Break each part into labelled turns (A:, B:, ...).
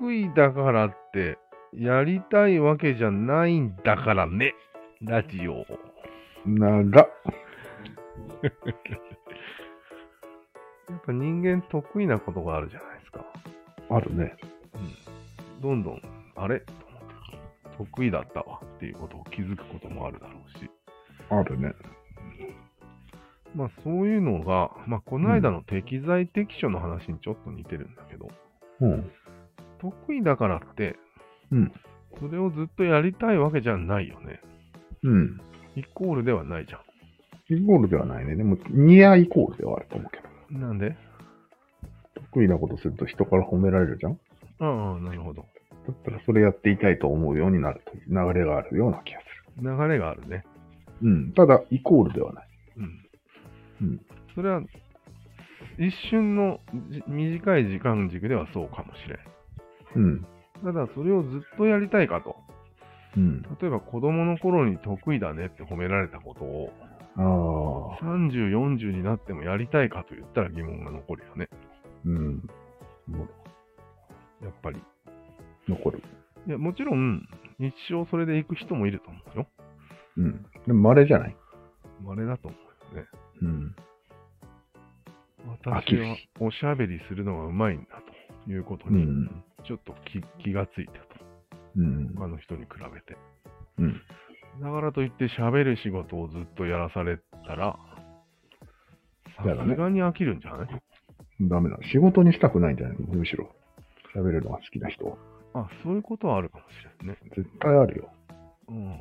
A: 得意だからって、やりたいわけじゃないんだからね、ラジオ。
B: 長っ。
A: やっぱ人間得意なことがあるじゃないですか。
B: あるね。
A: どんどん、あれと思って得意だったわっていうことを気づくこともあるだろうし。
B: あるね。
A: まあそういうのが、まあこの間の適材適所の話にちょっと似てるんだけど、
B: うん。
A: 得意だからって、
B: うん
A: それをずっとやりたいわけじゃないよね。
B: うん。
A: イコールではないじゃ
B: イコールではないね。でも、ニアイコールではあると思うけど。
A: ん。なんで
B: 得意なことすると人から褒められるじゃんだ
A: ああ、なるほど。
B: ったらそれやっていたいと思うようになるという流れがあるような気がす
A: 流れがあるね。
B: る。うん。ただ、イコールではない。
A: うん。
B: うん
A: それは、一瞬のじ短い時間軸ではそうかもしれん。
B: うん。
A: ただ、それをずっとやりたいかと。
B: うん。
A: 例えば、子供の頃に得意だねって褒められたことを、
B: ああ。
A: 30、40になってもやりたいかと言ったら疑問が残るよね。
B: うん。
A: やっぱり。
B: 残る。
A: いや、もちろん、一生それで行く人もいると思うよ。
B: うん。でも、稀じゃない
A: 稀だと思うよね。
B: うん。飽
A: 私
B: き
A: は
B: る
A: おしゃべりするのがうまいんだということ
B: う
A: に、
B: ん。
A: ちょっと気,、気がついたと。
B: うん。
A: 他の人に比べて。
B: うん。
A: だからといって喋る仕事をずっとやらされたら、さ
B: だよね
A: すがに飽きるんじゃない、
B: ダメだ。仕事にしたくないんじゃないむしろ。喋るのが好きな人は。
A: あ、そういうことはあるかもしれないね。
B: 絶対あるよ。
A: うん。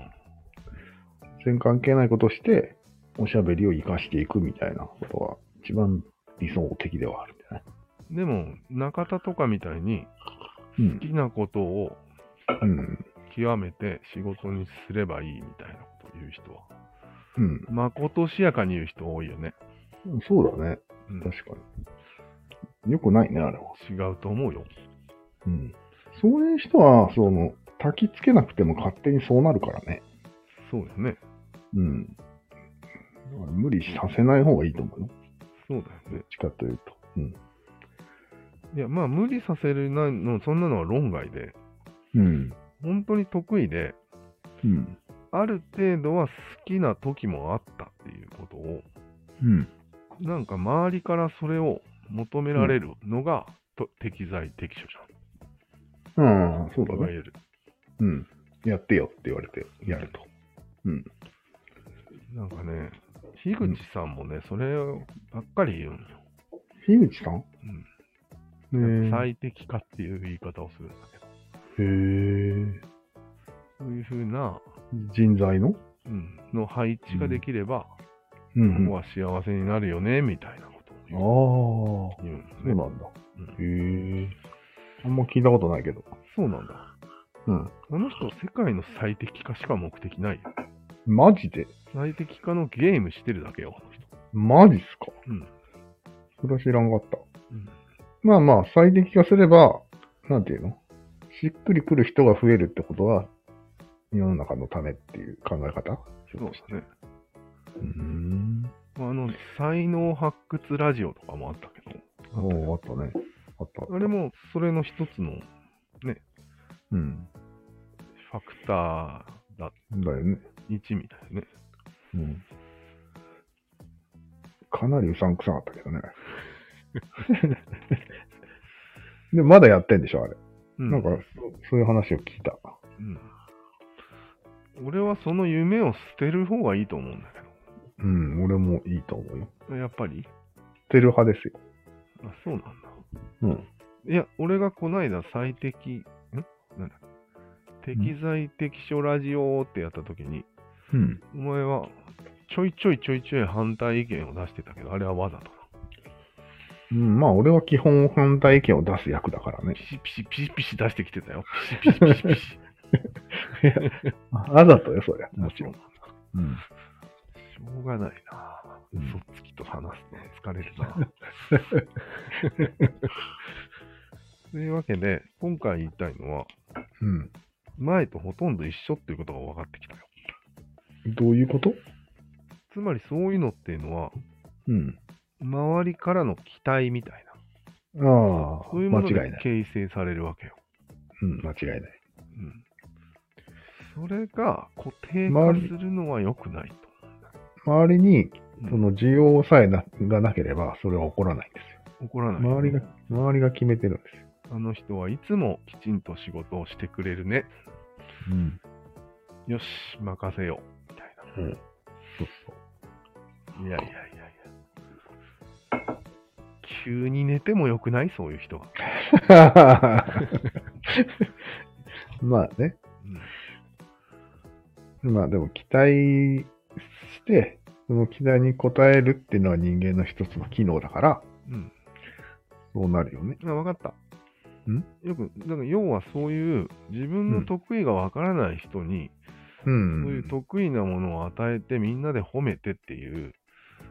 B: 全然関係ないことして、おしゃべりを活かしていくみたいなことは、一番理想的ではあるんじゃない
A: でも、中田とかみたいに、
B: うん
A: 好。きなことを
B: うん。
A: 極めて仕事にすればいいみたいなことを言う人は、
B: うん。
A: まことしやかに言う人多いよね。
B: そうだね。
A: うん、
B: 確かに。よくないね、あれは。
A: 違うと思うよ。
B: うん。そういう人は、その、焚きつけなくても勝手にそうなるからね。
A: そうですね。
B: うん。だから無理させない方がいいと思うよ。
A: そうだよ
B: どっ
A: ね。
B: ちかというと。うん。
A: いや、まあ、無理させるなの、そんなのは論外で、
B: うん。
A: 本当に得意で、
B: うん。
A: ある程度は好きな時もあったっていうことを、
B: うん。
A: なんか周りからそれを求められるのが、と適材適所じ
B: ああ、そう
A: ゃ
B: だ
A: ん。いわ
B: ね。
A: ゆる。
B: うん。やってよって言われて、やると。
A: なんかね、樋口さんもね、そればっかり言うんよ。
B: 樋口さん
A: なんか
B: へ
A: 最適化っていう言い方をするんだけど、
B: え。へ
A: そういうふうな、
B: え。人材の
A: うん、の配置ができれば、
B: う
A: ここは幸せになるよね、みたいなことを言う言
B: ああ、
A: うん
B: そう
A: よね。
B: なんだ。
A: うん
B: へえ。あんま聞いたことないけど。
A: そうなんだ。
B: うん。
A: この人、世界の最適化しか目的ないよ。
B: マジで
A: 最適化のゲームしてるだけよ、この人。
B: マジっすか
A: うん。
B: それは知らんかった。
A: うん、
B: まあまあ、最適化すれば、なんていうのしっくりくる人が増えるってことは、世の中のためっていう考え方
A: そうですね。
B: うーん。
A: まああの、才能発掘ラジオとかもあったけ
B: おーあったね。あった
A: ど、あれ、もそれの一つの
B: うん。
A: ファクターだ、
B: だよね。
A: 1みたいなね。
B: うん。かなりうさんくさかったけ どね。でもまだやってんでしょ、あれ。
A: う
B: なんか、そうそういう話を聞いた。
A: うん、俺はその夢を捨てる方がいいと思うんだけ
B: うん、俺もいいと思うよ。
A: ど、やっぱり、
B: 捨てる派ですよ。
A: あそうなんだ。
B: うん。
A: いや、俺がこないだ最適、んなんだ適材適所ラジオってやった時に、
B: うん。
A: お前はちょいちょいちょいちょい反対意見を出してたけど、あれはわざとだ。
B: うん、まあ、俺は基本反対意見を出す役だからね
A: ピ。シピシピシピシ出してきてたよ。ピシピシピシピ シ。
B: あざとよ、そりゃ。もちろん。
A: し
B: うん。
A: ょうがないな。
B: うん
A: 嘘つきと話すの疲れるな。 というわけで、今回言いたいのは、
B: うん。
A: 前とほとんど一緒っていうことが分かってきたよ。
B: どういうこと
A: つまりそういうのっていうのは、
B: うん。
A: 周りからの期待みたいな。
B: あああ、
A: そういうもの
B: 間違
A: で
B: いない。
A: 形成されるわけよ。
B: うん、間違いない。
A: うん、それが固定化するのは良くないと。
B: 周り
A: う
B: に、
A: ん
B: その需要さえながなければ、それは起こらないんですよ。
A: 怒らない、
B: 周りが、周りが決めてるんですよ。
A: あの人はいつもきちんと仕事をしてくれるね。
B: うん。
A: よし、任せよう。みたいな。
B: うん。そうそう。
A: い やいやいやいや。急に寝てもよくないそういう人は。
B: まあね。
A: うん
B: まあでも期待して、その期待に応えるっていうのは人間の一つの機能だから、
A: うん。
B: そうなるよね。
A: あ、わかった。
B: ん
A: よく、だから要はそういう自分の得意がわからない人に、
B: う
A: そ
B: ん。
A: ういう得意なものを与えてみんなで褒めてっていう、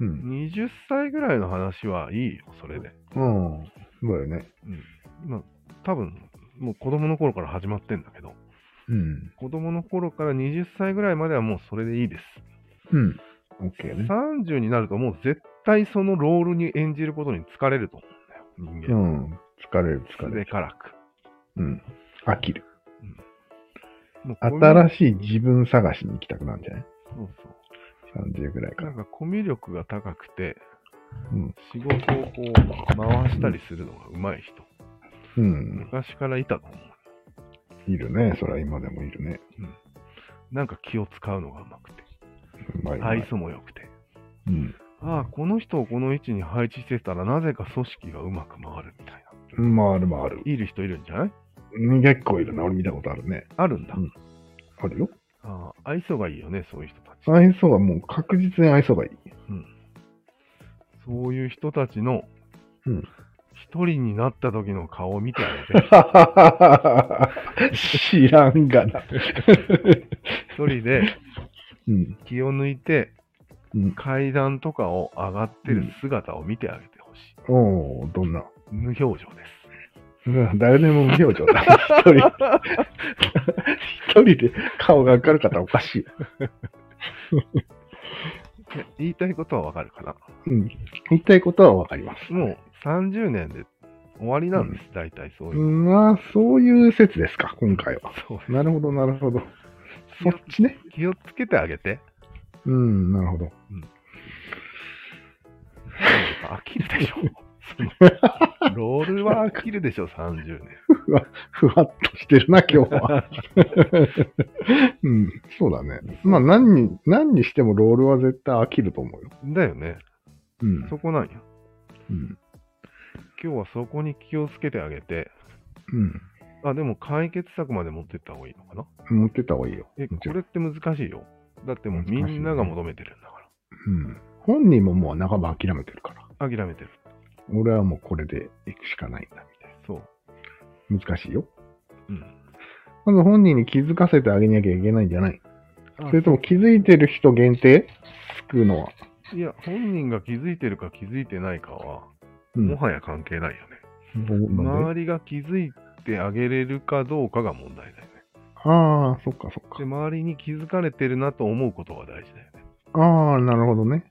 B: うん。
A: 20歳ぐらいの話はいいよ、それで。
B: うん。そうだよね。
A: うん。まあ、多分、もう子供の頃から始まってんだけど、
B: うん。
A: 子供の頃から20歳ぐらいまではもうそれでいいです。
B: うん。OK ね。
A: 30になるともう絶対そのロールに演じることに疲れると思うんだよ、人間。
B: うん。疲れる疲れ
A: で
B: る。
A: からく。
B: うん。飽きる。
A: もうコミュ
B: 新しい自分探しに行きたくなるんじゃない
A: そうそ。
B: ?30 ぐらいうか
A: な
B: ら
A: ん。かコミュ力が高くて、
B: うん
A: 仕事をこう回したりするのが上手い人、
B: うん。
A: 昔からいたと思う。
B: いるね。それは今でもいるね。
A: なんか気を使うのが上手くて、
B: うまいうまい。
A: 愛想も良くて。
B: うん。
A: ああ、この人をこの位置に配置してたら、なぜか組織がうまく回るみたいな。
B: 回る回る。
A: いる人いるんじゃない
B: うん結構いるな。俺見たことあるね。
A: あるんだ。
B: うんあるよ。
A: ああ愛想がいいよね、そういう人たち。
B: 愛想はもう確実に愛想がいい。
A: そういう人たちの、
B: うん、
A: 一人になった時の顔を見てあげて
B: 知らんがな。
A: 一人で
B: うん。
A: 気を抜いて
B: うん、
A: 階段とかを上がってる姿を見てあげてほしい。
B: おおどんな。
A: 無表情です。
B: うん誰でも無表情だ。一人。一人で顔が明るかったらおかしい。
A: いや言いたいことはわかるかな。
B: うん。言いたいことはわかります。
A: もう30年で終わりなんです、大体そういう。
B: うん。まあ、そういう説ですか、今回は。
A: そう
B: なるほど、なるほど。そっちね。
A: 気をつけてあげて。
B: うん、なるほど。
A: 飽きる でしょ。そのロールは飽きるでしょ、30年。
B: ふわっとしてるな、今日は。 うん、そうだね。まあ、何に、何にしてもロールは絶対飽きると思うよ。
A: だよね。
B: うん。
A: そこなんよ。
B: うん。
A: 今日はそこに気をつけてあげて、
B: うん。
A: あ、でも解決策まで持ってった方がいいのかな。
B: 持ってった方がいいよ。
A: え、
B: もち
A: こ
B: ろん
A: れって難しいよ。だってもうみんなが求めてるんだか
B: うん。本人ももう半ば諦めてるから。
A: ら。諦めてる。
B: 俺はもうこれで行くしかないんだ、みたい
A: そう。
B: な。難しいよ。
A: うん。
B: まず本人に気づかせてあげなきゃいけないんじゃない
A: あ
B: それとも気づいてる人限定救うのは。
A: いや、本人が気づいてるか気づいてないかは、
B: うん。
A: もはや関係ないよね。
B: おなんで
A: 周りが気づいてあげれるかどうかが問題だよね。
B: ああ、そっかそっか
A: で、。周りに気づかれてるなと思うことが大事だよね。
B: ああ、なるほどね。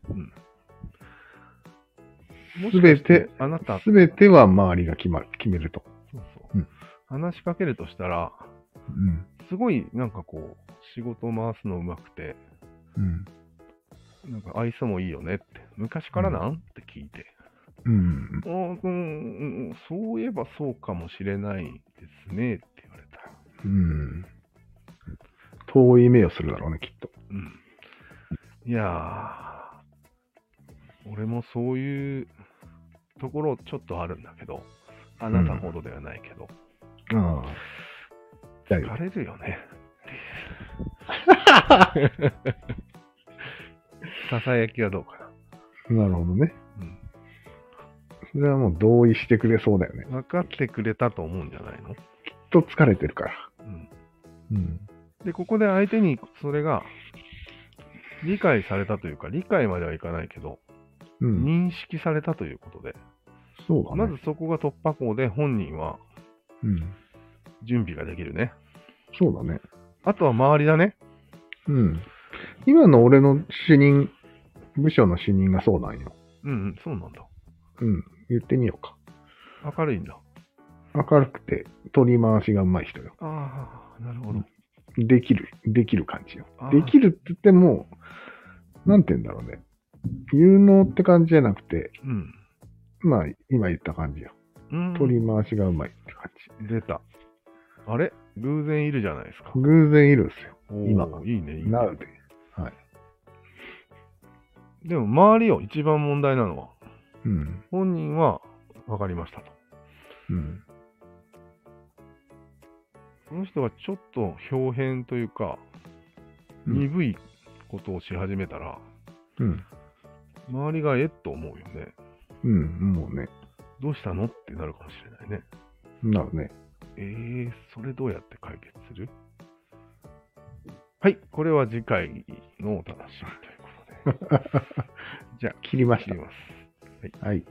A: もしかして
B: 全て、
A: あなた、
B: すべては周りが決まる、決めると。
A: そうそう
B: うん
A: 話しかけるとしたら、
B: うん。
A: すごいなんかこう、仕事回すのうまくて、
B: うん。
A: なんか愛想もいいよねって、昔からなん、って聞いて、
B: うん。
A: あーうんうんそういえばそうかもしれないですねって言われた。
B: うん。遠い目をするだろうね、きっと。
A: うん。いやー、俺もそういうところちょっとあるんだけど、あなたほどではないけど、
B: ああ。だよ
A: 疲。れるよね。ささやきはどうかな。
B: なるほどね。
A: うん
B: それはもう同意してくれそうだよね。
A: 分かってくれたと思うんじゃないの、
B: きっと疲れてるから。
A: うん、
B: うん。
A: で、ここで相手にそれが理解されたというか、理解まではいかないけど、
B: うん。
A: 認識されたということで、
B: そうだね。
A: まずそこが突破口で本人は
B: うん。
A: 準備ができるね。
B: そうだね。
A: あとは周りだね。
B: うん。今の俺の主任、部署の主任がそうなんよ。
A: うんうん、そうなんだ。
B: うん。言ってみようか。
A: 明るいんだ。
B: 明るくて、取り回しがうまい人よ。
A: ああ、なるほど。
B: できる、できる感じよ。
A: あー
B: できるって言っても、なんて言うんだろうね。有能って感じじゃなくて、
A: うん。
B: まあ、今言った感じよ。
A: うん
B: 取り回しがうまいって感
A: 出た。あれ偶然いるじゃないですか
B: じ。。偶然いるんですよ。
A: おー
B: 今
A: いいね、いいね。
B: なるで。
A: でも、周りを一番問題なのは、
B: うん。
A: 本人は分かりましたと。
B: うん。
A: この人がちょっと表変というか、
B: うん
A: 鈍いことをし始めたら、
B: うん。
A: 周りがえっと思うよね。
B: うん。もうね。
A: どうしたのってなるかもしれないね。
B: なるね。
A: えー、それどうやって解決するはい、これは次回のお楽しみということで。じゃあ、
B: 切りまし
A: 切ります。
B: た。はい。